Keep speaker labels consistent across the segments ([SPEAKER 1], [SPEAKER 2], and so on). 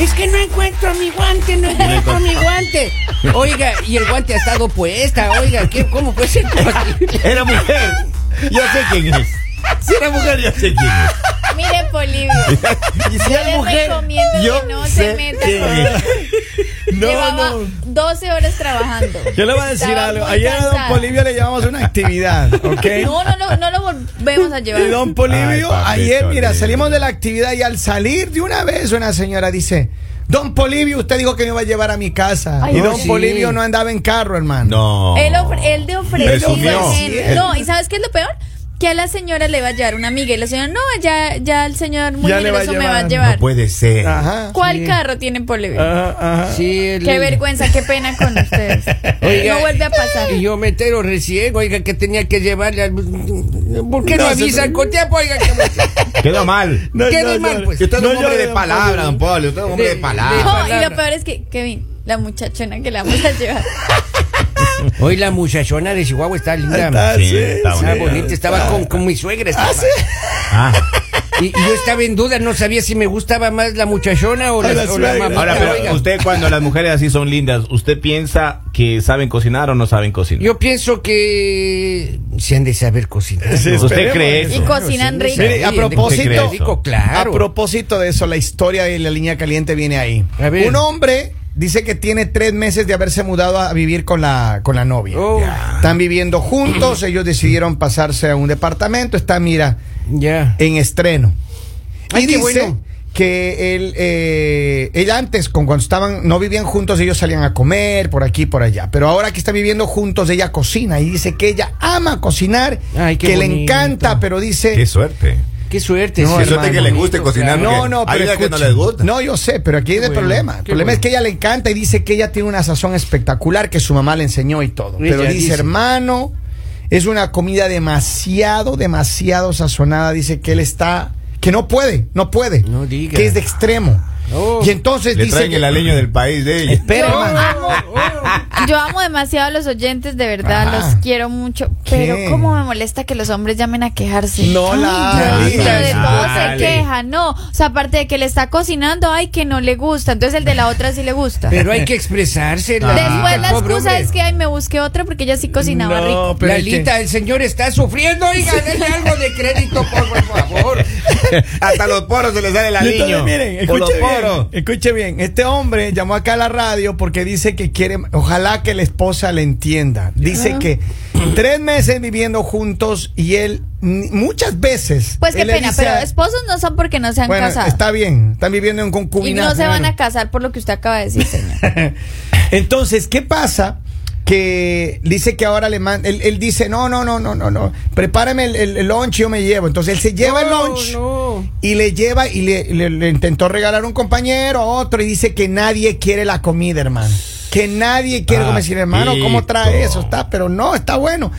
[SPEAKER 1] Es que no encuentro mi guante, no encuentro mi guante. Oiga, y el guante ha estado puesta. Oiga, ¿qué, ¿cómo puede ser posible?
[SPEAKER 2] Era mujer. Yo sé quién es. Si era mujer, yo sé quién es.
[SPEAKER 3] Mire, Polivio.
[SPEAKER 2] Y si
[SPEAKER 3] Yo
[SPEAKER 2] es
[SPEAKER 3] les
[SPEAKER 2] mujer,
[SPEAKER 3] recomiendo
[SPEAKER 2] yo
[SPEAKER 3] que no
[SPEAKER 2] sé
[SPEAKER 3] se meta
[SPEAKER 2] quién
[SPEAKER 3] con
[SPEAKER 2] es.
[SPEAKER 3] Llevaba
[SPEAKER 2] No, no.
[SPEAKER 3] 12 horas trabajando.
[SPEAKER 2] Yo le voy a decir
[SPEAKER 3] Estaba
[SPEAKER 2] algo.
[SPEAKER 3] muy
[SPEAKER 2] Ayer a don
[SPEAKER 3] cansada.
[SPEAKER 2] Polivio le llevamos una actividad, ¿ok?
[SPEAKER 3] No, no, no, no lo volvemos a
[SPEAKER 2] Y
[SPEAKER 3] llevar.
[SPEAKER 2] don Polivio,
[SPEAKER 4] Ay, papito
[SPEAKER 2] ayer, mira,
[SPEAKER 4] lindo.
[SPEAKER 2] salimos de la actividad y al salir de una vez una señora dice, don Polivio, usted dijo que me iba a llevar a mi casa.
[SPEAKER 3] Ay,
[SPEAKER 2] y don
[SPEAKER 3] sí.
[SPEAKER 2] Polivio no andaba en carro, hermano.
[SPEAKER 4] No.
[SPEAKER 3] Él, ofre- él de
[SPEAKER 4] Presumió.
[SPEAKER 3] ofrecido. en-
[SPEAKER 2] Sí.
[SPEAKER 3] No, ¿y sabes qué es lo peor? Que a la señora le va a llevar una amiga y la señora, no, ya, ya el señor muy
[SPEAKER 2] Ya le va a
[SPEAKER 3] generoso me va a
[SPEAKER 2] llevar.
[SPEAKER 3] llevar.
[SPEAKER 4] No puede ser.
[SPEAKER 2] Ajá.
[SPEAKER 3] ¿Cuál carro tiene Polivio?
[SPEAKER 2] Ajá, ajá.
[SPEAKER 1] Sí, el-
[SPEAKER 3] Qué vergüenza, qué pena con ustedes.
[SPEAKER 1] Oiga,
[SPEAKER 3] no vuelve a pasar.
[SPEAKER 1] Y yo me entero recién, oiga, que tenía que llevarle al... ¿Por qué no,
[SPEAKER 2] No, se-
[SPEAKER 1] avisan con tiempo, oiga? Que
[SPEAKER 4] Quedó mal.
[SPEAKER 2] No,
[SPEAKER 1] Quedó
[SPEAKER 2] no,
[SPEAKER 1] mal,
[SPEAKER 2] no,
[SPEAKER 1] pues.
[SPEAKER 4] Que usted no es
[SPEAKER 2] no
[SPEAKER 4] un hombre
[SPEAKER 2] llore,
[SPEAKER 4] de
[SPEAKER 2] don
[SPEAKER 4] palabra,
[SPEAKER 2] Polibio.
[SPEAKER 4] don Pablo. Usted es un hombre
[SPEAKER 1] De-
[SPEAKER 4] de palabra.
[SPEAKER 3] No, y
[SPEAKER 1] palabra.
[SPEAKER 3] lo peor es que, Kevin, la muchachona que la vamos a llevar.
[SPEAKER 1] Hoy la muchachona de Chihuahua está linda.
[SPEAKER 2] Está,
[SPEAKER 4] Sí,
[SPEAKER 2] sí,
[SPEAKER 4] está
[SPEAKER 2] sí.
[SPEAKER 1] Ah,
[SPEAKER 4] bonita.
[SPEAKER 1] bonita, estaba con, con mi suegra. estaba.
[SPEAKER 4] Ah.
[SPEAKER 1] Y, y yo estaba en duda, no sabía si me gustaba más la muchachona o
[SPEAKER 2] A
[SPEAKER 1] la,
[SPEAKER 2] la
[SPEAKER 1] o la
[SPEAKER 2] suegra.
[SPEAKER 1] mamita,
[SPEAKER 4] Ahora,
[SPEAKER 1] oiga.
[SPEAKER 4] pero usted cuando las mujeres así son lindas, ¿usted piensa que saben cocinar o no saben cocinar?
[SPEAKER 1] Yo pienso que se han de saber cocinar.
[SPEAKER 2] Sí,
[SPEAKER 1] ¿no?
[SPEAKER 4] ¿Usted
[SPEAKER 2] esperemos.
[SPEAKER 4] cree eso?
[SPEAKER 3] Y cocinan rico.
[SPEAKER 2] Mire, a
[SPEAKER 1] Sí, de-
[SPEAKER 2] propósito-
[SPEAKER 1] de rico, claro.
[SPEAKER 2] A propósito de eso, la historia de la línea caliente viene ahí.
[SPEAKER 1] A ver.
[SPEAKER 2] Un hombre dice que tiene tres meses de haberse mudado a vivir con la, con la novia.
[SPEAKER 1] Oh,
[SPEAKER 2] Están viviendo juntos, ellos decidieron pasarse a un departamento, está, mira,
[SPEAKER 1] ya.
[SPEAKER 2] en estreno.
[SPEAKER 1] Ay,
[SPEAKER 2] y
[SPEAKER 1] qué
[SPEAKER 2] dice
[SPEAKER 1] bueno.
[SPEAKER 2] que él, eh, él antes, con cuando estaban, no vivían juntos, ellos salían a comer por aquí, por allá. Pero ahora que están viviendo juntos, ella cocina y dice que ella ama cocinar,
[SPEAKER 1] Ay, qué
[SPEAKER 2] que le
[SPEAKER 1] bonito.
[SPEAKER 2] encanta, pero dice...
[SPEAKER 4] Qué suerte.
[SPEAKER 1] Qué suerte.
[SPEAKER 2] No,
[SPEAKER 1] sí,
[SPEAKER 4] Qué
[SPEAKER 2] hermano,
[SPEAKER 4] suerte que le guste
[SPEAKER 1] bonito,
[SPEAKER 4] cocinar.
[SPEAKER 1] claro.
[SPEAKER 4] porque
[SPEAKER 2] No, no,
[SPEAKER 4] hay
[SPEAKER 2] pero
[SPEAKER 4] las que no
[SPEAKER 2] escuche.
[SPEAKER 4] les gusta.
[SPEAKER 2] No, yo sé, pero aquí hay el
[SPEAKER 1] bueno,
[SPEAKER 2] problema. El
[SPEAKER 1] qué
[SPEAKER 2] problema
[SPEAKER 1] bueno.
[SPEAKER 2] es que ella le encanta y dice que ella tiene una sazón espectacular que su mamá le enseñó y todo.
[SPEAKER 1] Ella
[SPEAKER 2] pero dice,
[SPEAKER 1] dice.
[SPEAKER 2] hermano, es una comida demasiado, demasiado sazonada. Dice que él está, que no puede, no puede.
[SPEAKER 1] No diga.
[SPEAKER 2] Que es de extremo.
[SPEAKER 1] Oh.
[SPEAKER 2] Y entonces
[SPEAKER 4] Le
[SPEAKER 2] Pues dice.
[SPEAKER 4] traen
[SPEAKER 2] que-
[SPEAKER 4] el aleño del país de ella.
[SPEAKER 2] Espera,
[SPEAKER 3] Yo
[SPEAKER 2] hermano.
[SPEAKER 3] amo, yo amo demasiado a los oyentes, de verdad,
[SPEAKER 2] Ah.
[SPEAKER 3] los quiero mucho. Pero
[SPEAKER 2] ¿Qué?
[SPEAKER 3] cómo me molesta que los hombres llamen a quejarse.
[SPEAKER 2] No la
[SPEAKER 3] Ay,
[SPEAKER 4] hagas,
[SPEAKER 3] pero de todo se
[SPEAKER 4] dale.
[SPEAKER 3] queja, no. O sea, aparte de que le está cocinando, ay, que no le gusta. Entonces el de la otra sí le gusta.
[SPEAKER 1] Pero hay que expresarse. la-
[SPEAKER 3] Después la
[SPEAKER 1] pobre
[SPEAKER 3] excusa
[SPEAKER 1] hombre.
[SPEAKER 3] es que ay, me busqué otra porque ella sí cocinaba
[SPEAKER 2] ah, No,
[SPEAKER 3] rico.
[SPEAKER 2] pero es
[SPEAKER 1] Lalita, el señor está sufriendo, oiga, denle algo de crédito, por favor.
[SPEAKER 4] Hasta los poros se les sale el
[SPEAKER 2] Y entonces,
[SPEAKER 4] aleño.
[SPEAKER 2] miren,
[SPEAKER 4] Por los
[SPEAKER 2] escuche
[SPEAKER 4] poros.
[SPEAKER 2] bien, escuche bien. Este hombre llamó acá a la radio porque dice que quiere, ojalá que la esposa le entienda. Dice que tres meses viviendo juntos y él ni- muchas veces.
[SPEAKER 3] Pues qué
[SPEAKER 2] él le
[SPEAKER 3] pena,
[SPEAKER 2] dice
[SPEAKER 3] pero
[SPEAKER 2] a-
[SPEAKER 3] esposos no son porque no se han
[SPEAKER 2] Bueno,
[SPEAKER 3] casado.
[SPEAKER 2] está bien, están viviendo en
[SPEAKER 3] y
[SPEAKER 2] concubinato.
[SPEAKER 3] no se van a casar por lo que usted acaba de decir, señor.
[SPEAKER 2] Entonces, ¿qué pasa? Que dice que ahora le manda, él, él dice, no, no, no, no, no, no, prepárame el, el- el lunch y yo me llevo. Entonces él se lleva el lunch.
[SPEAKER 1] No, no.
[SPEAKER 2] y le lleva y le, le- le intentó regalar un compañero a otro y dice que nadie quiere la comida, hermano. Que nadie quiere comer. Sin hermano, ¿cómo trae
[SPEAKER 4] Papito.
[SPEAKER 2] eso? Está, pero no, está bueno.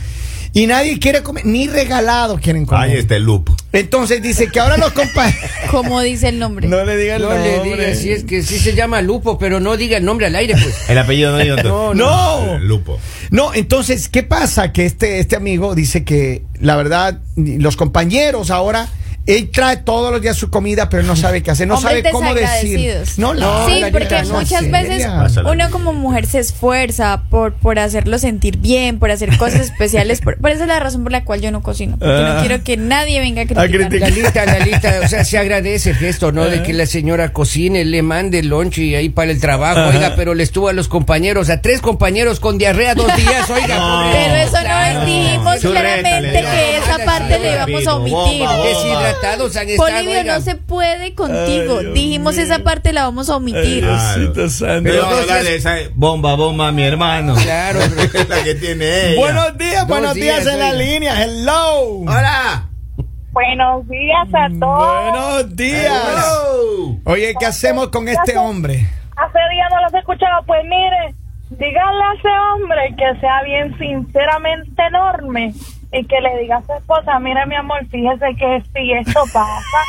[SPEAKER 2] Y nadie quiere comer, ni regalado quieren comer.
[SPEAKER 4] Ahí está el lupo.
[SPEAKER 2] Entonces dice que ahora los compañeros.
[SPEAKER 3] Como dice el nombre.
[SPEAKER 2] le digan
[SPEAKER 1] No le diga, si es que sí se llama Lupo, pero no diga el nombre al aire, pues.
[SPEAKER 4] El apellido no hay
[SPEAKER 2] No,
[SPEAKER 4] otro.
[SPEAKER 2] no.
[SPEAKER 4] El lupo.
[SPEAKER 2] No, entonces, ¿qué pasa? Que este, este amigo dice que la verdad, ni- los compañeros ahora, él trae todos los días su comida, pero no sabe qué hacer, no
[SPEAKER 3] Hombres
[SPEAKER 2] sabe cómo decir.
[SPEAKER 3] desagradecidos.
[SPEAKER 2] No, la-
[SPEAKER 3] sí,
[SPEAKER 2] la-
[SPEAKER 3] porque
[SPEAKER 2] no,
[SPEAKER 3] muchas
[SPEAKER 2] seria.
[SPEAKER 3] veces
[SPEAKER 4] Pásala.
[SPEAKER 3] uno como mujer se esfuerza por, por hacerlo sentir bien, por hacer cosas especiales. Por, por esa es la razón por la cual yo no cocino. Porque no
[SPEAKER 2] Ah.
[SPEAKER 3] quiero que nadie venga a
[SPEAKER 2] A
[SPEAKER 3] criticar.
[SPEAKER 2] criticar.
[SPEAKER 1] Lalita, Lalita, o sea, se agradece el gesto, ¿no? De que la señora cocine, le mande el lunch y ahí para el trabajo, oiga, pero le estuvo a los compañeros, a tres compañeros con diarrea dos días, oiga. pobre.
[SPEAKER 3] Pero eso no
[SPEAKER 1] Claro.
[SPEAKER 3] es, dijimos
[SPEAKER 4] Chuleta,
[SPEAKER 3] claramente
[SPEAKER 4] le digo.
[SPEAKER 3] que esa
[SPEAKER 1] Ay,
[SPEAKER 3] parte
[SPEAKER 1] sí,
[SPEAKER 3] le íbamos
[SPEAKER 4] David,
[SPEAKER 3] a omitir.
[SPEAKER 4] bomba, bomba.
[SPEAKER 1] Deshidratados han estado,
[SPEAKER 3] Polivio,
[SPEAKER 1] oiga.
[SPEAKER 3] no se puede contigo.
[SPEAKER 2] Ay, Dios
[SPEAKER 3] Dijimos
[SPEAKER 2] mío.
[SPEAKER 3] esa parte la vamos a omitir.
[SPEAKER 2] Diosito santo.
[SPEAKER 4] Pero
[SPEAKER 1] Pero
[SPEAKER 4] no,
[SPEAKER 1] dos
[SPEAKER 4] dale, esa es bomba, bomba, mi hermano.
[SPEAKER 1] Claro, pero-
[SPEAKER 4] Es la que tiene ella.
[SPEAKER 2] Buenos días,
[SPEAKER 1] Dos
[SPEAKER 2] buenos días,
[SPEAKER 1] días,
[SPEAKER 2] en la
[SPEAKER 1] oiga.
[SPEAKER 2] línea. Hello.
[SPEAKER 4] Hola.
[SPEAKER 5] Buenos días a todos.
[SPEAKER 2] Buenos días.
[SPEAKER 4] Hello.
[SPEAKER 2] Oye, ¿qué hacemos con este hombre?
[SPEAKER 5] Hace días no los escuchaba. Pues mire, díganle a ese hombre que sea bien sinceramente enorme y que le diga a su esposa, mira mi amor, fíjese que si esto pasa,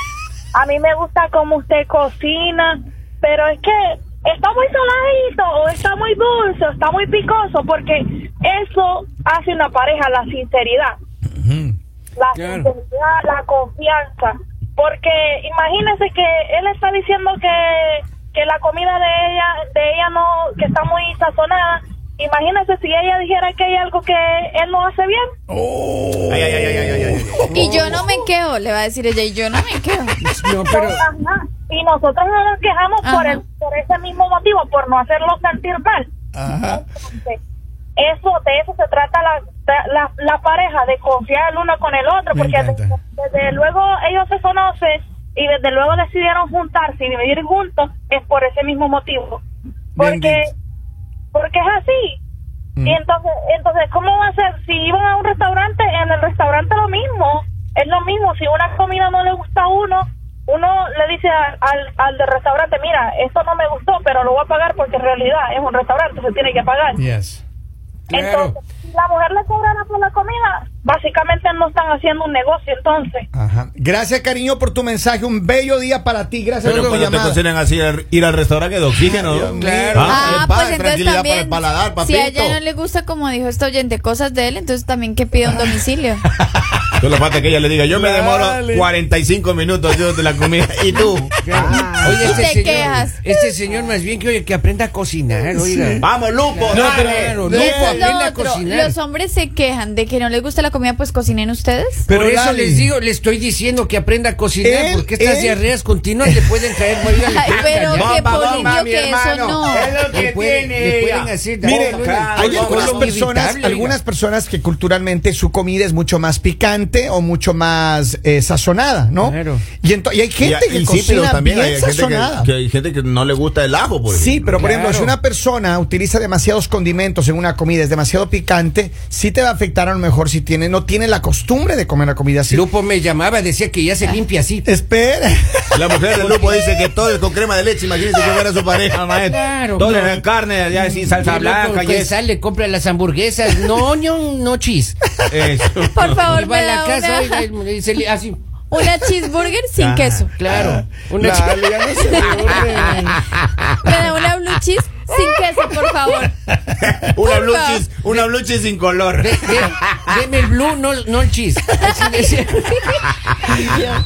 [SPEAKER 5] a mí me gusta cómo usted cocina, pero es que está muy saladito o está muy dulce o está muy picoso porque eso hace una pareja, la sinceridad. la
[SPEAKER 1] Claro.
[SPEAKER 5] sinceridad, la confianza. Porque imagínese que él está diciendo que que la comida de ella, de ella no, que está muy sazonada. Imagínese si ella dijera que hay algo que él no hace bien.
[SPEAKER 4] Ay, ay, ay, ay, ay, ay, ay.
[SPEAKER 3] Y yo no me quejo, le va a decir ella, y yo no me quejo.
[SPEAKER 1] No, pero
[SPEAKER 5] Ajá. Y nosotros no nos quejamos
[SPEAKER 3] Ajá.
[SPEAKER 5] por, el, por ese mismo motivo, por no hacerlo sentir mal. Entonces, eso, de eso se trata la, la, la pareja, de confiar el uno con el otro,
[SPEAKER 2] Me
[SPEAKER 5] porque
[SPEAKER 2] encanta.
[SPEAKER 5] desde, desde luego ellos se conocen y desde luego decidieron juntarse y vivir juntos, es por ese mismo motivo.
[SPEAKER 2] Bien
[SPEAKER 5] Porque,
[SPEAKER 2] dicho.
[SPEAKER 5] porque es así.
[SPEAKER 2] Mm.
[SPEAKER 5] Y entonces, entonces, ¿cómo va a ser? Si iban a un restaurante, en el restaurante lo mismo, es lo mismo. Si una comida no le gusta a uno, uno le dice al, al, al del restaurante, mira, esto no me gustó, pero lo voy a pagar porque en realidad es un restaurante, se tiene que pagar.
[SPEAKER 2] Yes.
[SPEAKER 1] claro.
[SPEAKER 5] Entonces, si la mujer le cobrara por la comida, básicamente no están haciendo un negocio, entonces.
[SPEAKER 2] Ajá. Gracias, cariño, por tu mensaje. Un bello día para ti. Gracias
[SPEAKER 4] Pero
[SPEAKER 2] por tu
[SPEAKER 4] cuando te
[SPEAKER 2] llamada.
[SPEAKER 4] consideran así al- ir al restaurante de oxígeno,
[SPEAKER 2] Dios
[SPEAKER 4] ¿no?
[SPEAKER 2] mío.
[SPEAKER 3] Ah,
[SPEAKER 4] eh, pa,
[SPEAKER 3] pues entonces
[SPEAKER 4] tranquilidad
[SPEAKER 3] también,
[SPEAKER 4] para el paladar,
[SPEAKER 3] si
[SPEAKER 4] papito.
[SPEAKER 3] a ella no le gusta, como dijo este oyente, cosas de él, entonces también que pida un domicilio.
[SPEAKER 4] Solo falta que ella le diga, yo me
[SPEAKER 2] Dale.
[SPEAKER 4] demoro 45 minutos yo de la comida. ¿Y tú?
[SPEAKER 1] Oye,
[SPEAKER 3] Y
[SPEAKER 1] este
[SPEAKER 3] te
[SPEAKER 1] señor,
[SPEAKER 3] quejas.
[SPEAKER 1] este señor más bien que, oye, que aprenda a cocinar, oiga.
[SPEAKER 4] ¡Vamos, Lupo!
[SPEAKER 2] No,
[SPEAKER 4] dale!
[SPEAKER 1] Claro,
[SPEAKER 2] Ve,
[SPEAKER 1] Lupo,
[SPEAKER 2] es lo
[SPEAKER 1] aprenda
[SPEAKER 3] Lo
[SPEAKER 1] a
[SPEAKER 3] otro,
[SPEAKER 1] cocinar.
[SPEAKER 3] los hombres se quejan de que no les gusta la comida, pues cocinen ustedes.
[SPEAKER 1] Por
[SPEAKER 2] Pero,
[SPEAKER 1] eso
[SPEAKER 2] Lali.
[SPEAKER 1] les digo, le estoy diciendo que aprenda a cocinar,
[SPEAKER 2] Él-
[SPEAKER 1] porque estas
[SPEAKER 2] él-
[SPEAKER 1] diarreas continuas le pueden traer muerte al
[SPEAKER 3] Ay, pero
[SPEAKER 1] páncreas.
[SPEAKER 3] que
[SPEAKER 4] Bomba, bomba,
[SPEAKER 3] Poliño,
[SPEAKER 4] mi
[SPEAKER 3] que eso
[SPEAKER 4] hermano.
[SPEAKER 3] no.
[SPEAKER 4] Es lo que
[SPEAKER 1] Le pueden-
[SPEAKER 4] tiene
[SPEAKER 1] le
[SPEAKER 4] ella.
[SPEAKER 1] pueden hacer daño.
[SPEAKER 2] Mire,
[SPEAKER 1] Claro,
[SPEAKER 2] hay
[SPEAKER 1] claro,
[SPEAKER 2] algunas
[SPEAKER 1] claro,
[SPEAKER 2] personas,
[SPEAKER 1] inevitable,
[SPEAKER 2] algunas
[SPEAKER 1] oiga.
[SPEAKER 2] personas que culturalmente su comida es mucho más picante o mucho más eh, sazonada, ¿no?
[SPEAKER 1] Claro.
[SPEAKER 2] Y, ento- y hay gente
[SPEAKER 4] Y-
[SPEAKER 2] que
[SPEAKER 4] y sí,
[SPEAKER 2] cocina
[SPEAKER 4] pero también
[SPEAKER 2] bien
[SPEAKER 4] hay gente
[SPEAKER 2] sazonada.
[SPEAKER 4] que, que hay gente que no le gusta el ajo, pues. por
[SPEAKER 2] Sí,
[SPEAKER 4] ejemplo.
[SPEAKER 2] pero por ejemplo,
[SPEAKER 1] Claro.
[SPEAKER 2] si una persona utiliza demasiados condimentos en una comida, es demasiado picante, sí te va a afectar a lo mejor si tiene, no tiene la costumbre de comer la comida así.
[SPEAKER 1] Lupo me llamaba, decía que ya
[SPEAKER 4] Ah.
[SPEAKER 1] se limpia así.
[SPEAKER 2] Espera.
[SPEAKER 4] La mujer del Lupo dice que todo es con crema de leche. Imagínense que fuera su pareja, Ah, maestro.
[SPEAKER 1] Claro,
[SPEAKER 4] todo
[SPEAKER 1] claro.
[SPEAKER 4] es en carne, ya así, salsa
[SPEAKER 1] El otro
[SPEAKER 4] blanca. y
[SPEAKER 1] que
[SPEAKER 4] eso.
[SPEAKER 1] sale, compra las hamburguesas, no onion, no cheese.
[SPEAKER 4] Eso.
[SPEAKER 3] Por
[SPEAKER 1] Y
[SPEAKER 3] favor,
[SPEAKER 1] va
[SPEAKER 3] me
[SPEAKER 1] a la
[SPEAKER 3] da
[SPEAKER 1] casa, oiga,
[SPEAKER 3] una,
[SPEAKER 1] y- y se le- así,
[SPEAKER 3] una cheeseburger sin
[SPEAKER 4] Ah.
[SPEAKER 3] queso.
[SPEAKER 1] claro. Una
[SPEAKER 2] Dale, ya no se burlen.
[SPEAKER 3] Me da una blue cheese sin queso, por favor.
[SPEAKER 4] Una
[SPEAKER 3] Por
[SPEAKER 4] blue
[SPEAKER 3] favor.
[SPEAKER 4] cheese, una blue cheese sin color.
[SPEAKER 1] De- de- deme el blue, no, no el cheese. Así decía.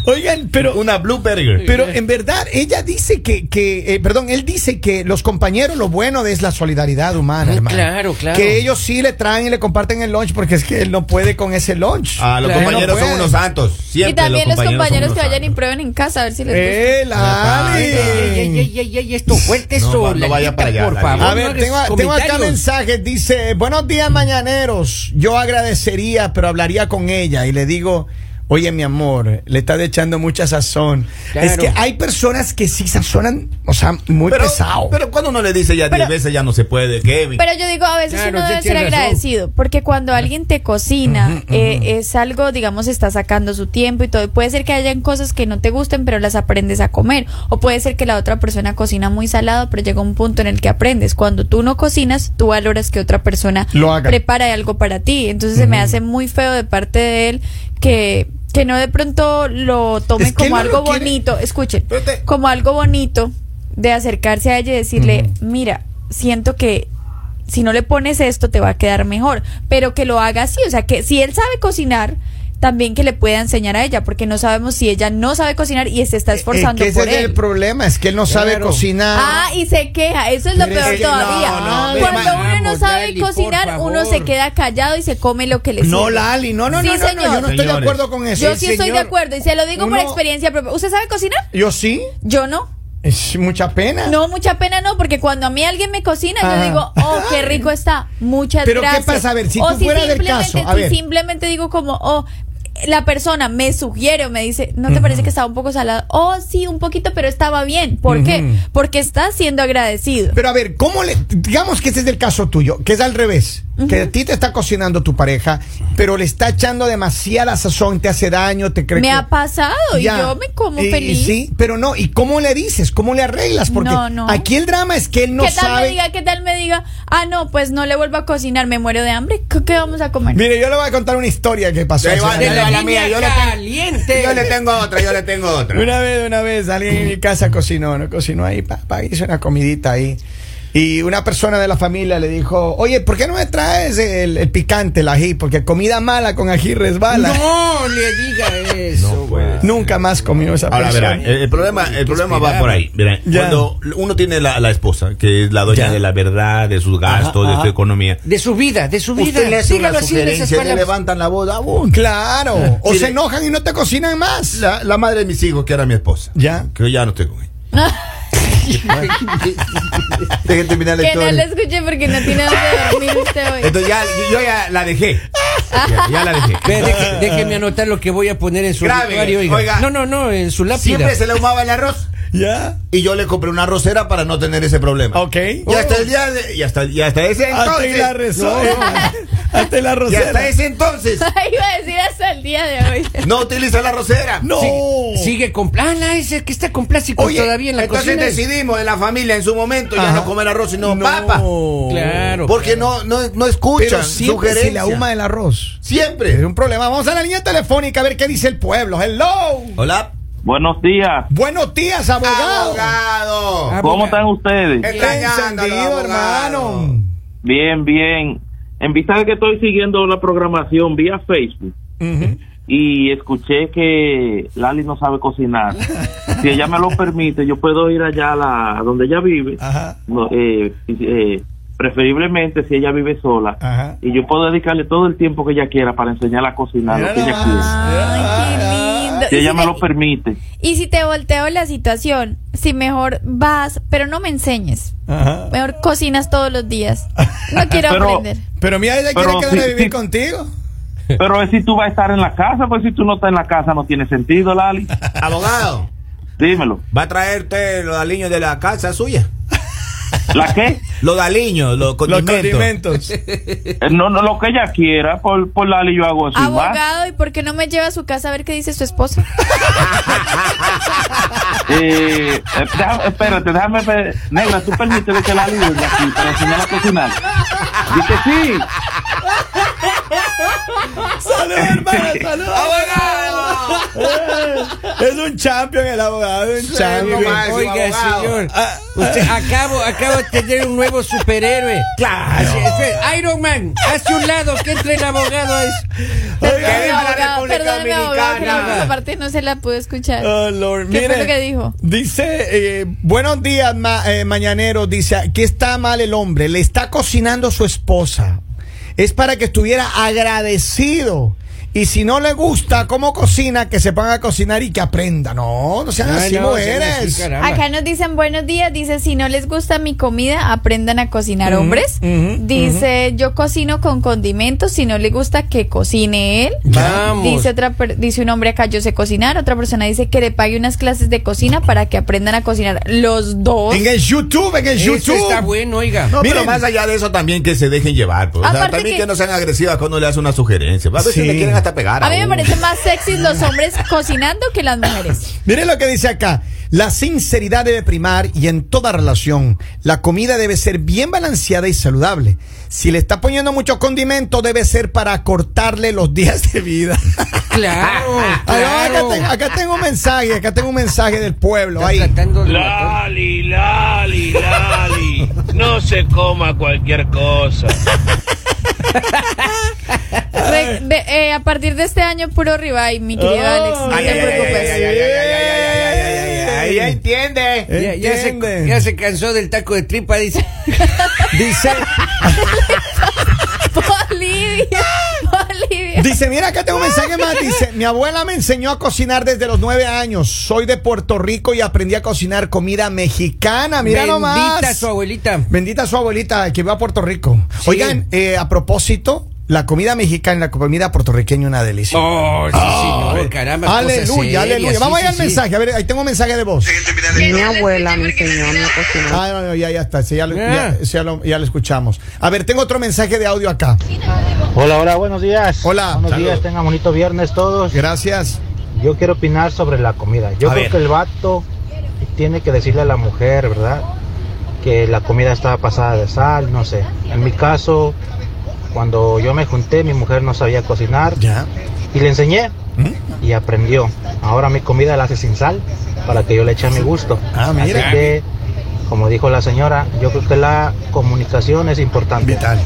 [SPEAKER 2] Oigan, pero
[SPEAKER 4] Una blue burger.
[SPEAKER 2] Pero en verdad, ella dice que, que eh, perdón, él dice que los compañeros, lo bueno de es la solidaridad humana,
[SPEAKER 4] Mm,
[SPEAKER 1] Ah,
[SPEAKER 2] hermano.
[SPEAKER 1] claro, claro.
[SPEAKER 2] Que ellos sí le traen y le comparten el lunch porque es que él no puede con ese lunch. pues.
[SPEAKER 4] Ah, los
[SPEAKER 1] Claro,
[SPEAKER 4] compañeros
[SPEAKER 2] no
[SPEAKER 4] son
[SPEAKER 2] puede.
[SPEAKER 4] unos santos. Siempre
[SPEAKER 3] Y también los compañeros
[SPEAKER 4] son
[SPEAKER 3] que
[SPEAKER 4] unos
[SPEAKER 3] vayan y
[SPEAKER 4] santos.
[SPEAKER 3] prueben en casa a ver si les gusta.
[SPEAKER 2] ¡Eh,
[SPEAKER 4] Ah,
[SPEAKER 2] Lali!
[SPEAKER 1] Ey, ey, ey, ey, ey, esto fuerte,
[SPEAKER 4] No,
[SPEAKER 1] eso.
[SPEAKER 4] va- no vaya
[SPEAKER 1] Lalita,
[SPEAKER 4] para allá,
[SPEAKER 1] Por
[SPEAKER 4] Lalita.
[SPEAKER 1] favor,
[SPEAKER 2] A
[SPEAKER 1] no
[SPEAKER 2] ver,
[SPEAKER 1] hagas
[SPEAKER 2] tengo, tengo acá
[SPEAKER 1] comentarios.
[SPEAKER 2] mensajes. Dice, buenos días mañaneros. Yo agradecería, pero hablaría con ella y le digo, oye mi amor, le estás echando mucha sazón.
[SPEAKER 1] Claro.
[SPEAKER 2] Es que hay personas que sí sazonan, o sea, muy
[SPEAKER 4] pero,
[SPEAKER 2] pesado.
[SPEAKER 4] Pero cuando uno le dice ya diez veces ya no se puede, Kevin.
[SPEAKER 3] Pero yo digo, a veces
[SPEAKER 1] Claro,
[SPEAKER 3] uno
[SPEAKER 1] usted
[SPEAKER 3] debe ser
[SPEAKER 1] tiene razón.
[SPEAKER 3] agradecido, porque cuando alguien te cocina, eh, es algo, digamos, está sacando su tiempo y todo. Y Puede ser que hayan cosas que no te gusten, pero las aprendes a comer. O puede ser que la otra persona cocina muy salado, pero llega un punto en el que aprendes. Cuando tú no cocinas, tú valoras que otra persona
[SPEAKER 2] Lo haga.
[SPEAKER 3] prepara algo para ti. Entonces se me hace muy feo de parte de él que que no de pronto lo tome
[SPEAKER 2] Es que
[SPEAKER 3] como
[SPEAKER 2] él no lo
[SPEAKER 3] algo
[SPEAKER 2] quiere.
[SPEAKER 3] bonito, escuchen,
[SPEAKER 4] Pero te-
[SPEAKER 3] como algo bonito de acercarse a ella y decirle, mira, siento que si no le pones esto te va a quedar mejor, pero que lo haga así, o sea, que si él sabe cocinar, también que le pueda enseñar a ella, porque no sabemos si ella no sabe cocinar y se está esforzando
[SPEAKER 2] Es Eh, que ese
[SPEAKER 3] por
[SPEAKER 2] es el
[SPEAKER 3] él.
[SPEAKER 2] problema, es que él no sabe
[SPEAKER 1] Claro.
[SPEAKER 2] cocinar.
[SPEAKER 3] Ah, y se queja, eso es lo
[SPEAKER 2] Pero es
[SPEAKER 3] peor
[SPEAKER 2] que no,
[SPEAKER 3] todavía.
[SPEAKER 4] no, hombre,
[SPEAKER 3] Cuando
[SPEAKER 1] vamos,
[SPEAKER 3] uno no sabe
[SPEAKER 1] Lali, por
[SPEAKER 3] cocinar, uno se
[SPEAKER 1] favor.
[SPEAKER 3] queda callado y se come lo que le
[SPEAKER 2] No,
[SPEAKER 3] sirve.
[SPEAKER 2] Lali, no, no,
[SPEAKER 3] Sí,
[SPEAKER 2] no, no, no,
[SPEAKER 3] señor.
[SPEAKER 2] yo no estoy de
[SPEAKER 4] Señores.
[SPEAKER 2] acuerdo con eso.
[SPEAKER 3] Yo sí estoy de
[SPEAKER 1] señor,
[SPEAKER 3] acuerdo y se lo digo
[SPEAKER 2] uno-
[SPEAKER 3] por experiencia propia. ¿Usted sabe cocinar?
[SPEAKER 2] Yo sí,
[SPEAKER 3] Yo no.
[SPEAKER 2] es mucha pena.
[SPEAKER 3] No, mucha pena no, porque cuando a mí alguien me cocina,
[SPEAKER 2] Ajá.
[SPEAKER 3] yo digo, oh, qué rico está, muchas
[SPEAKER 2] Ah. Pero, ¿qué
[SPEAKER 3] gracias.
[SPEAKER 2] pasa? A ver, si
[SPEAKER 3] o
[SPEAKER 2] tú fuera del
[SPEAKER 3] simplemente-
[SPEAKER 2] caso, a
[SPEAKER 3] si
[SPEAKER 2] ver.
[SPEAKER 3] simplemente digo como, oh, la persona me sugiere o me dice, ¿no te parece que estaba un poco salado? Oh, sí, un poquito, pero estaba bien. ¿Por qué? Porque está siendo agradecido.
[SPEAKER 2] Pero a ver, ¿cómo le, digamos que ese es el caso tuyo, que es al revés, que a ti te está cocinando tu pareja, pero le está echando demasiada sazón, te hace daño, te cree
[SPEAKER 3] me
[SPEAKER 2] que-
[SPEAKER 3] ha pasado
[SPEAKER 2] Ya.
[SPEAKER 3] y yo me como
[SPEAKER 2] Y- y
[SPEAKER 3] feliz.
[SPEAKER 2] Sí, pero no, ¿y cómo le dices? ¿Cómo le arreglas? Porque
[SPEAKER 3] No, no.
[SPEAKER 2] aquí el drama es que él no
[SPEAKER 3] ¿Qué tal
[SPEAKER 2] sabe.
[SPEAKER 3] me diga? ¿Qué tal me diga? Ah, no, pues no le vuelvo a cocinar, me muero de hambre. ¿Qué, qué vamos a comer?
[SPEAKER 2] Mire, yo le voy a contar una historia que pasó.
[SPEAKER 4] Ya
[SPEAKER 2] hace
[SPEAKER 4] iba-
[SPEAKER 2] años.
[SPEAKER 1] De la,
[SPEAKER 4] Dale, la
[SPEAKER 1] línea
[SPEAKER 4] mía, yo le tengo-
[SPEAKER 1] caliente.
[SPEAKER 4] Yo le tengo otra, yo le tengo otra.
[SPEAKER 2] Una vez, una vez, alguien en mi casa cocinó, ¿no? Cocinó ahí, papá, hizo una comidita ahí. Y una persona de la familia le dijo, oye, ¿por qué no me traes el, el picante, el ají? Porque comida mala con ají resbala.
[SPEAKER 1] No le diga eso.
[SPEAKER 4] puede ser.
[SPEAKER 2] Nunca más comió esa
[SPEAKER 4] Ahora,
[SPEAKER 2] persona.
[SPEAKER 4] verá, eh. el, el problema, el problema va
[SPEAKER 1] esperar.
[SPEAKER 4] por ahí. verá.
[SPEAKER 2] Ya.
[SPEAKER 4] Cuando uno tiene la, la esposa, que es la dueña
[SPEAKER 6] Ya.
[SPEAKER 4] de la verdad, de sus gastos, de su economía.
[SPEAKER 1] De su vida, de su vida.
[SPEAKER 6] Usted le hace una
[SPEAKER 1] Dígalo así en esas
[SPEAKER 6] sugerencia, le
[SPEAKER 1] palabras.
[SPEAKER 6] levantan la voz. ah, bueno.
[SPEAKER 2] Claro. O
[SPEAKER 6] Mire.
[SPEAKER 2] se enojan y no te cocinan más.
[SPEAKER 6] La, la madre de mis hijos, que era mi esposa.
[SPEAKER 2] Ya.
[SPEAKER 4] Que yo ya no estoy con ella.
[SPEAKER 6] Dejen terminar la
[SPEAKER 3] Que no
[SPEAKER 6] historia.
[SPEAKER 3] la escuche porque no tiene dónde dormir usted hoy.
[SPEAKER 4] Entonces ya, yo ya la dejé. Ya, ya la dejé.
[SPEAKER 1] Ve, deje- déjeme anotar lo que voy a poner en su
[SPEAKER 6] Grave,
[SPEAKER 1] obituario, oiga.
[SPEAKER 6] oiga.
[SPEAKER 1] No, no, no, en su lápida.
[SPEAKER 6] Siempre se le ahumaba el arroz.
[SPEAKER 2] Ya.
[SPEAKER 6] Y yo le compré una arrocera para no tener ese problema.
[SPEAKER 2] Ok.
[SPEAKER 6] Y hasta el día de. Y hasta, y hasta ese
[SPEAKER 2] Hasta ahí
[SPEAKER 6] entonces.
[SPEAKER 2] la
[SPEAKER 6] No,
[SPEAKER 2] rezó.
[SPEAKER 6] no.
[SPEAKER 2] Hasta ahí
[SPEAKER 6] y
[SPEAKER 2] la
[SPEAKER 6] hasta
[SPEAKER 2] rosera.
[SPEAKER 6] ese entonces.
[SPEAKER 3] Iba a decir hasta el día de hoy.
[SPEAKER 6] No utiliza la arrocera.
[SPEAKER 2] No. Pues
[SPEAKER 1] Sí, sigue con. Ah, no, ese que está con plástico
[SPEAKER 6] Oye,
[SPEAKER 1] todavía en la
[SPEAKER 6] entonces
[SPEAKER 1] cocina.
[SPEAKER 6] decidimos en la familia en su momento ya
[SPEAKER 2] Ajá.
[SPEAKER 6] no comer arroz sino
[SPEAKER 2] No.
[SPEAKER 6] papa.
[SPEAKER 1] Claro.
[SPEAKER 6] Porque no, no, no escuchan
[SPEAKER 2] Pero siempre se le
[SPEAKER 6] sugerencias.
[SPEAKER 2] ahuma el arroz. Es
[SPEAKER 6] Siempre.
[SPEAKER 2] un problema. Vamos a la línea telefónica a ver qué dice el pueblo. Hello.
[SPEAKER 6] Hola.
[SPEAKER 7] Buenos días.
[SPEAKER 2] Buenos días, abogado.
[SPEAKER 6] Abogado.
[SPEAKER 1] Ah,
[SPEAKER 7] ¿Cómo
[SPEAKER 1] mira.
[SPEAKER 7] están ustedes?
[SPEAKER 2] Está
[SPEAKER 6] Extrañándolo,
[SPEAKER 2] encendido,
[SPEAKER 6] abogado.
[SPEAKER 2] hermano.
[SPEAKER 7] Bien, bien. En vista de que estoy siguiendo la programación vía Facebook y escuché que Lali no sabe cocinar. si ella me lo permite, yo puedo ir allá a, la, a donde ella vive.
[SPEAKER 2] Ajá.
[SPEAKER 7] No, eh, eh, preferiblemente si ella vive sola.
[SPEAKER 2] Ajá.
[SPEAKER 7] Y yo puedo dedicarle todo el tiempo que ella quiera para enseñarla a cocinar
[SPEAKER 2] Mira
[SPEAKER 7] lo que ella
[SPEAKER 2] nomás.
[SPEAKER 7] quiera.
[SPEAKER 3] Ay, qué lindo.
[SPEAKER 7] Si
[SPEAKER 3] Y
[SPEAKER 7] ella
[SPEAKER 3] si
[SPEAKER 7] me
[SPEAKER 3] te-
[SPEAKER 7] lo permite.
[SPEAKER 3] Y si te volteo la situación, si mejor vas, pero no me enseñes.
[SPEAKER 2] Ajá.
[SPEAKER 3] Mejor cocinas todos los días. No quiero
[SPEAKER 7] Pero-
[SPEAKER 3] aprender.
[SPEAKER 2] Pero mira, ella quiere
[SPEAKER 7] Pero
[SPEAKER 2] quedar a
[SPEAKER 7] sí,
[SPEAKER 2] vivir
[SPEAKER 7] sí.
[SPEAKER 2] contigo.
[SPEAKER 7] Pero es si tú vas a estar en la casa, pues si tú no estás en la casa no tiene sentido, Lali.
[SPEAKER 2] Ah.
[SPEAKER 6] Abogado.
[SPEAKER 7] Dímelo.
[SPEAKER 6] ¿Va a traerte los aliños de la casa suya?
[SPEAKER 7] ¿La qué?
[SPEAKER 6] Los aliños, los
[SPEAKER 2] Los
[SPEAKER 6] condimentos.
[SPEAKER 2] condimentos.
[SPEAKER 7] Eh, No, no, lo que ella quiera, por, por Lali yo hago eso y más.
[SPEAKER 3] Abogado, ¿y por qué no me lleva a su casa a ver qué dice su esposa?
[SPEAKER 7] Eh, eh, déjame- espérate, déjame ver. Negra, tú permíteme que Lali venga aquí para enseñar a cocinar. Dice sí.
[SPEAKER 2] Salud, hermano. Salud. Es un champion el abogado. Es un champion.
[SPEAKER 6] nomás. máximo,
[SPEAKER 1] Oiga,
[SPEAKER 6] abogado.
[SPEAKER 1] señor.
[SPEAKER 2] Ah.
[SPEAKER 1] Usted acabo, acabo de tener un nuevo superhéroe.
[SPEAKER 2] Claro.
[SPEAKER 1] Así es, es, Iron Man, hace un lado que entre el abogado. Es...
[SPEAKER 2] Oiga,
[SPEAKER 6] viva la República
[SPEAKER 3] perdóneme, abogado, pero
[SPEAKER 6] Dominicana.
[SPEAKER 3] esa parte no se la pude escuchar.
[SPEAKER 2] Oh, Lord.
[SPEAKER 3] ¿Qué fue
[SPEAKER 2] Mire,
[SPEAKER 3] lo que dijo?
[SPEAKER 2] Dice, eh, buenos días, ma- eh, mañanero. Dice, aquí está mal el hombre. Le está cocinando su esposa. Es para que estuviera agradecido. Y si no le gusta cómo cocina, que se ponga a cocinar y que aprenda. No, no sean
[SPEAKER 1] Ay,
[SPEAKER 2] así,
[SPEAKER 1] Ah, no, señor, sí,
[SPEAKER 2] mujeres.
[SPEAKER 1] caramba.
[SPEAKER 3] Acá nos dicen buenos días, dice si no les gusta mi comida, aprendan a cocinar hombres. dice yo cocino con condimentos, si no le gusta que cocine él.
[SPEAKER 1] Vamos.
[SPEAKER 3] Dice otra per- dice un hombre acá yo sé cocinar, otra persona dice que le pague unas clases de cocina para que aprendan a cocinar los dos.
[SPEAKER 2] En el YouTube, en el
[SPEAKER 1] Eso
[SPEAKER 2] YouTube.
[SPEAKER 1] está bueno, oiga.
[SPEAKER 4] No,
[SPEAKER 2] Miren.
[SPEAKER 4] pero más allá de eso también que se dejen llevar. pues. O sea,
[SPEAKER 3] Aparte
[SPEAKER 4] también
[SPEAKER 3] que-
[SPEAKER 4] que... no sean agresivas cuando le hace una sugerencia. A veces
[SPEAKER 2] Sí.
[SPEAKER 4] le quieren hasta pegar.
[SPEAKER 3] A mí me
[SPEAKER 4] uno.
[SPEAKER 3] parecen más sexys los hombres cocinando que las mujeres.
[SPEAKER 2] Miren lo que dice acá. La sinceridad debe primar y en toda relación. La comida debe ser bien balanceada y saludable. Si le está poniendo mucho condimento, debe ser para cortarle los días de vida.
[SPEAKER 1] Claro.
[SPEAKER 2] Ay,
[SPEAKER 1] claro.
[SPEAKER 2] acá, tengo, acá tengo un mensaje, acá tengo un mensaje del pueblo.
[SPEAKER 1] Está
[SPEAKER 2] Ahí.
[SPEAKER 1] tratando de-
[SPEAKER 8] Lali, Lali, Lali. No se coma cualquier cosa.
[SPEAKER 3] Re- de- eh, a partir de este año puro ribeye, mi querido Alex. No
[SPEAKER 4] Ay,
[SPEAKER 3] te
[SPEAKER 4] ay, ay,
[SPEAKER 3] preocupes.
[SPEAKER 4] ay, ay, ay, ay, ay, ay, ay, ay, ay, ay, ay, ay, ya entiende.
[SPEAKER 1] Ya, ya se,
[SPEAKER 2] Entiende.
[SPEAKER 1] ya se cansó del taco de tripa, dice.
[SPEAKER 2] Dice,
[SPEAKER 3] Bolivia, Bolivia.
[SPEAKER 2] dice, mira, acá tengo un mensaje más. Dice, mi abuela me enseñó a cocinar desde los nueve años. Soy de Puerto Rico y aprendí a cocinar comida mexicana. Mira
[SPEAKER 1] Bendita
[SPEAKER 2] nomás.
[SPEAKER 1] su abuelita.
[SPEAKER 2] Bendita su abuelita que va a Puerto Rico.
[SPEAKER 1] Sí.
[SPEAKER 2] Oigan, eh, a propósito, la comida mexicana y la comida puertorriqueña una delicia.
[SPEAKER 1] Oh, sí, señor, caramba. cosa
[SPEAKER 2] aleluya,
[SPEAKER 1] seria,
[SPEAKER 2] aleluya.
[SPEAKER 1] sí,
[SPEAKER 2] Vamos
[SPEAKER 1] sí,
[SPEAKER 2] allá al
[SPEAKER 1] sí.
[SPEAKER 2] mensaje. A ver, ahí tengo un mensaje de voz.
[SPEAKER 9] Mi abuela me enseñó a mí a cocinar.
[SPEAKER 2] Ah, no, no, ya, ya está. Sí, ya, lo-
[SPEAKER 1] Ah.
[SPEAKER 2] ya- sí, ya lo, ya lo escuchamos. A ver, tengo otro mensaje de audio acá.
[SPEAKER 10] Hola, hola, buenos días.
[SPEAKER 2] Hola.
[SPEAKER 10] Buenos
[SPEAKER 2] Saludos.
[SPEAKER 10] días, tengan bonito viernes todos.
[SPEAKER 2] Gracias.
[SPEAKER 10] Yo quiero opinar sobre la comida. Yo
[SPEAKER 4] A
[SPEAKER 10] creo
[SPEAKER 4] ver.
[SPEAKER 10] que el vato tiene que decirle a la mujer, ¿verdad? Que la comida estaba pasada de sal, no sé. En mi caso, cuando yo me junté, mi mujer no sabía cocinar
[SPEAKER 2] Ya. ¿Mm?
[SPEAKER 10] y le enseñé y aprendió. Ahora mi comida la hace sin sal para que yo le eche a mi gusto.
[SPEAKER 2] Ah, mira.
[SPEAKER 10] Así que Como dijo la señora, yo creo que la comunicación es importante.
[SPEAKER 2] Vital.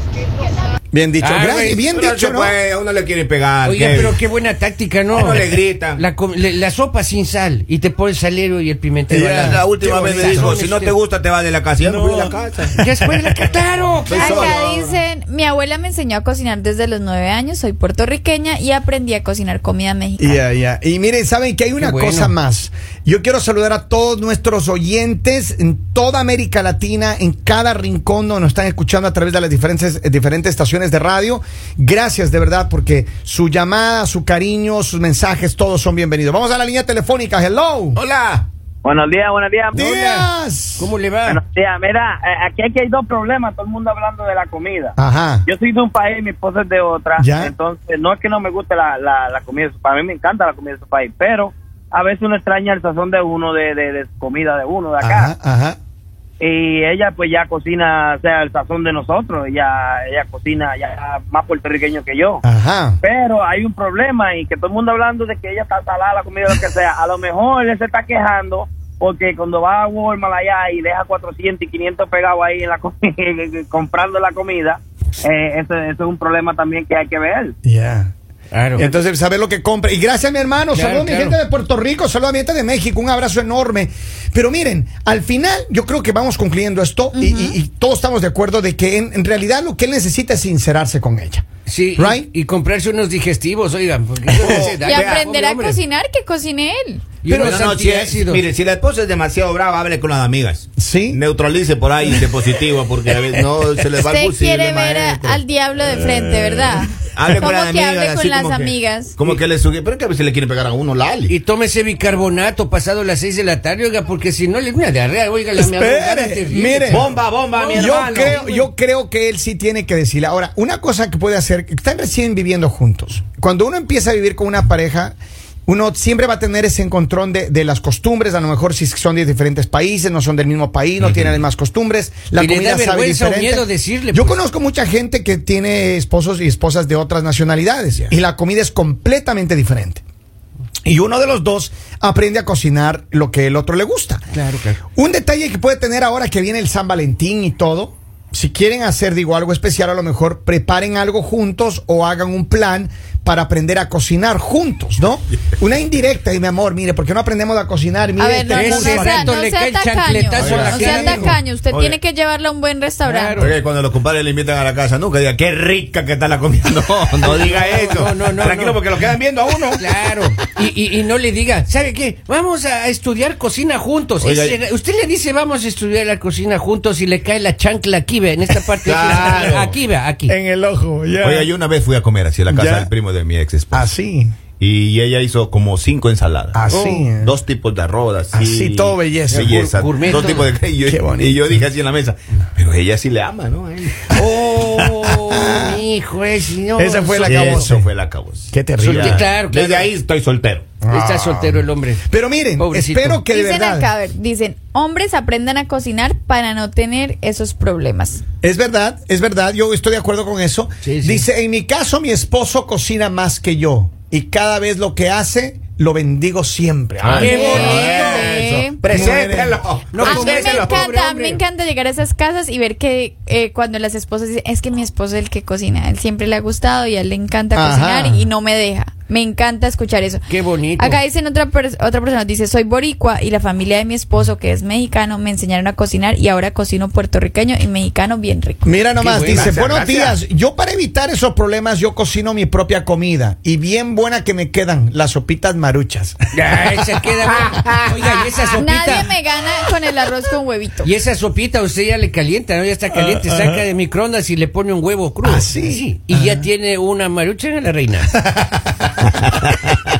[SPEAKER 2] Bien dicho,
[SPEAKER 1] Ah,
[SPEAKER 2] gracias,
[SPEAKER 1] güey,
[SPEAKER 2] bien
[SPEAKER 6] Pero
[SPEAKER 2] dicho,
[SPEAKER 6] se
[SPEAKER 2] ¿no?
[SPEAKER 6] puede, a uno le quiere pegar.
[SPEAKER 1] Oiga,
[SPEAKER 6] Kevin.
[SPEAKER 1] pero qué buena táctica, ¿no?
[SPEAKER 6] No le gritan.
[SPEAKER 1] La, com- le- la sopa sin sal y te pone el salero y el pimentero.
[SPEAKER 6] Y
[SPEAKER 1] al
[SPEAKER 6] la,
[SPEAKER 1] lado.
[SPEAKER 6] la última
[SPEAKER 1] Qué
[SPEAKER 6] vez me
[SPEAKER 1] bonita. este
[SPEAKER 6] dijo, si no te gusta, te vas de la casa. Ya me fui de la casa.
[SPEAKER 1] Después la cataron.
[SPEAKER 6] Soy solo.
[SPEAKER 3] Acá dicen, mi abuela me enseñó a cocinar desde los nueve años, soy puertorriqueña y aprendí a cocinar comida mexicana.
[SPEAKER 6] eh,
[SPEAKER 2] Ya, ya. Y miren, saben que hay una
[SPEAKER 1] bueno.
[SPEAKER 2] cosa más. Yo quiero saludar a todos nuestros oyentes en toda América Latina, en cada rincón donde nos están escuchando a través de las diferentes, eh, diferentes estaciones de radio. Gracias de verdad porque su llamada, su cariño, sus mensajes, todos son bienvenidos. Vamos a la línea telefónica. Hello.
[SPEAKER 6] Hola.
[SPEAKER 7] Buenos días, buenos días.
[SPEAKER 2] Días.
[SPEAKER 1] ¿Cómo le va?
[SPEAKER 7] Buenos días. Mira, eh, aquí, aquí hay dos problemas, todo el mundo hablando de la comida.
[SPEAKER 2] Ajá.
[SPEAKER 7] Yo soy de un país, mi esposa es de otra.
[SPEAKER 2] Ya.
[SPEAKER 7] Entonces, no es que no me guste la, la, la comida de su país. A mí me encanta la comida de su país, pero a veces uno extraña el sazón de uno, de, de, de comida de uno, de acá.
[SPEAKER 2] Ajá, ajá.
[SPEAKER 7] Y ella, pues ya cocina, o sea, el sazón de nosotros. Ella, ella cocina ya más puertorriqueño que yo.
[SPEAKER 2] Ajá.
[SPEAKER 7] Pero hay un problema y que todo el mundo hablando de que ella está salada la comida, lo que sea. A lo mejor él se está quejando porque cuando va a Walmart allá y deja 400 y 500 pegados ahí en la co- comprando la comida, eh, eso, eso es un problema también que hay que ver.
[SPEAKER 2] Ya.
[SPEAKER 1] Claro.
[SPEAKER 2] Entonces, saber lo que compra. Y gracias, mi hermano.
[SPEAKER 1] Claro,
[SPEAKER 2] saludos a mi
[SPEAKER 1] claro.
[SPEAKER 2] gente de Puerto Rico, saludos a mi gente de México. Un abrazo enorme. Pero miren, al final yo creo que vamos concluyendo esto y- y, y todos estamos de acuerdo de que en, en realidad lo que él necesita es sincerarse con ella.
[SPEAKER 1] Sí, y-
[SPEAKER 2] Right?
[SPEAKER 1] y, comprarse unos digestivos, oigan. Porque eso se da-
[SPEAKER 3] Y
[SPEAKER 1] da-
[SPEAKER 3] aprender a
[SPEAKER 1] hombre.
[SPEAKER 3] cocinar, que cocine él.
[SPEAKER 1] Y
[SPEAKER 6] Pero
[SPEAKER 1] unos
[SPEAKER 6] no, si es-
[SPEAKER 1] antiácidos.
[SPEAKER 6] mire, si la esposa es demasiado brava, hable con las amigas.
[SPEAKER 2] Sí.
[SPEAKER 6] Neutralice por ahí de positivo, porque a veces no se les va el
[SPEAKER 3] Usted
[SPEAKER 6] fusible,
[SPEAKER 3] quiere ver a-
[SPEAKER 6] maestro. Eh,
[SPEAKER 3] al diablo de frente, ¿verdad?
[SPEAKER 6] Hable con
[SPEAKER 3] Como
[SPEAKER 6] las
[SPEAKER 3] que
[SPEAKER 6] amigas.
[SPEAKER 3] hable
[SPEAKER 6] así
[SPEAKER 3] con las
[SPEAKER 6] como que-
[SPEAKER 3] amigas.
[SPEAKER 6] Como que le sugiere, pero es que a veces le quiere pegar a uno, Lali.
[SPEAKER 1] Y tómese bicarbonato pasado las 6 de la tarde, oiga, porque si no le una diarrea, oiga, la
[SPEAKER 2] Espere, mire.
[SPEAKER 6] Bomba, bomba, mi
[SPEAKER 2] yo
[SPEAKER 6] hermano.
[SPEAKER 2] creo, yo creo que él sí tiene que decirle. Ahora, una cosa que puede hacer, que están recién viviendo juntos. Cuando uno empieza a vivir con una pareja, uno siempre va a tener ese encontrón de, de las costumbres, a lo mejor si son de diferentes países, no son del mismo país, no tienen las mismas costumbres, la
[SPEAKER 1] Y le
[SPEAKER 2] comida
[SPEAKER 1] da
[SPEAKER 2] sabe
[SPEAKER 1] vergüenza o
[SPEAKER 2] diferente.
[SPEAKER 1] miedo decirle,
[SPEAKER 2] Yo
[SPEAKER 1] pues.
[SPEAKER 2] conozco mucha gente que tiene esposos y esposas de otras nacionalidades y la comida es completamente diferente. Y uno de los dos aprende a cocinar lo que el otro le gusta.
[SPEAKER 1] Claro, claro.
[SPEAKER 2] Un detalle que puede tener ahora que viene el San Valentín y todo. Si quieren hacer, digo, algo especial, a lo mejor preparen algo juntos o hagan un plan para aprender a cocinar juntos, ¿no? Una indirecta, y mi amor, mire, ¿por qué no aprendemos a cocinar? Mire,
[SPEAKER 3] A ver, no, no, no
[SPEAKER 2] tenemos
[SPEAKER 1] ese
[SPEAKER 2] un
[SPEAKER 3] sea,
[SPEAKER 1] rato
[SPEAKER 3] no
[SPEAKER 1] le cae
[SPEAKER 3] sea
[SPEAKER 1] el chancletazo
[SPEAKER 3] tacaño.
[SPEAKER 2] en la
[SPEAKER 3] No sea
[SPEAKER 2] cara.
[SPEAKER 3] tacaño. Usted
[SPEAKER 6] Oye.
[SPEAKER 3] tiene que llevarla a un buen restaurante.
[SPEAKER 6] Porque cuando los compadres le invitan a la casa, nunca diga, qué rica que está la comida. No, no diga eso.
[SPEAKER 1] No, no, no,
[SPEAKER 6] Tranquilo,
[SPEAKER 1] no.
[SPEAKER 6] porque lo quedan viendo a uno.
[SPEAKER 1] Claro. Y, y, y no le diga, ¿sabe qué? Vamos a estudiar cocina juntos.
[SPEAKER 6] Oiga,
[SPEAKER 1] Ese- usted le dice, vamos a estudiar la cocina juntos y le cae la chancla aquí, ve, en esta parte.
[SPEAKER 6] Claro.
[SPEAKER 1] Aquí, ve, aquí.
[SPEAKER 2] En el ojo, ya.
[SPEAKER 6] Oye, yo una vez fui a comer así a la casa
[SPEAKER 2] Ya.
[SPEAKER 6] del primo de mi ex esposa.
[SPEAKER 2] Así,
[SPEAKER 6] Y ella hizo como cinco ensaladas. Oh.
[SPEAKER 2] Así, eh.
[SPEAKER 6] Dos tipos de arroz, así.
[SPEAKER 2] Así, todo belleza.
[SPEAKER 6] Belleza.
[SPEAKER 1] Gour- gourmet,
[SPEAKER 6] dos
[SPEAKER 1] todo.
[SPEAKER 6] tipos de. Y
[SPEAKER 2] Qué
[SPEAKER 6] yo,
[SPEAKER 2] bonito.
[SPEAKER 6] y yo dije así en la mesa, pero ella sí le ama, ¿no? A él.
[SPEAKER 1] Oh, mi hijo, es, no.
[SPEAKER 2] Esa fue la
[SPEAKER 1] Sol-
[SPEAKER 6] Sí,
[SPEAKER 2] acabó,
[SPEAKER 6] Eso
[SPEAKER 2] sí.
[SPEAKER 6] fue la cabos.
[SPEAKER 2] qué
[SPEAKER 1] Solté-
[SPEAKER 2] terrible.
[SPEAKER 1] claro, claro.
[SPEAKER 6] Desde ahí estoy soltero.
[SPEAKER 1] Está soltero el hombre.
[SPEAKER 2] Pero miren,
[SPEAKER 1] Pobrecito.
[SPEAKER 2] espero que de
[SPEAKER 3] Dicen acá, a
[SPEAKER 2] verdad.
[SPEAKER 3] ver, dicen, hombres aprendan a cocinar para no tener esos problemas.
[SPEAKER 2] Es verdad, es verdad, yo estoy de acuerdo con eso.
[SPEAKER 1] Sí, sí.
[SPEAKER 2] Dice, en mi caso, mi esposo cocina más que yo. Y cada vez lo que hace, lo bendigo siempre.
[SPEAKER 6] Ay,
[SPEAKER 1] Ah, ¡Qué eh.
[SPEAKER 6] eso.
[SPEAKER 3] bonito!
[SPEAKER 6] Preséntelo.
[SPEAKER 1] No,
[SPEAKER 3] a mí
[SPEAKER 1] pues,
[SPEAKER 3] me
[SPEAKER 1] déjelo, pobre
[SPEAKER 3] encanta, a mí
[SPEAKER 1] hombre.
[SPEAKER 3] me encanta llegar a esas casas y ver que eh, cuando las esposas dicen, es que mi esposo es el que cocina, a él siempre le ha gustado y a él le encanta
[SPEAKER 2] Ajá.
[SPEAKER 3] cocinar y no me deja. Me encanta escuchar eso.
[SPEAKER 1] Qué bonito.
[SPEAKER 3] Acá dicen otra, pers- otra persona, dice, soy boricua y la familia de mi esposo, que es mexicano, me enseñaron a cocinar y ahora cocino puertorriqueño y mexicano bien rico.
[SPEAKER 2] Mira nomás,
[SPEAKER 1] buena.
[SPEAKER 2] dice,
[SPEAKER 1] Gracias,
[SPEAKER 2] buenos
[SPEAKER 6] gracias.
[SPEAKER 2] días, yo para evitar esos problemas yo cocino mi propia comida y bien buena que me quedan las sopitas maruchas.
[SPEAKER 1] Ya, esa queda. Oiga, y esa sopita.
[SPEAKER 3] Nadie me gana con el arroz con huevito.
[SPEAKER 1] Y esa sopita usted ya le calienta, ¿no? Ya está caliente, saca de microondas y le pone un huevo crudo.
[SPEAKER 2] Ah, sí.
[SPEAKER 1] Y ya tiene una marucha en la reina.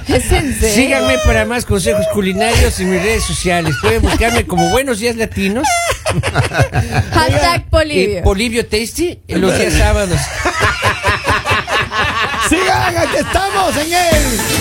[SPEAKER 3] Es en serio.
[SPEAKER 1] Síganme para más consejos culinarios en mis redes sociales. Pueden buscarme como Buenos Días Latinos
[SPEAKER 3] Hashtag
[SPEAKER 1] y
[SPEAKER 3] Polivio.
[SPEAKER 1] Polivio Tasty en los días sábados.
[SPEAKER 2] Sigan, aquí estamos en él.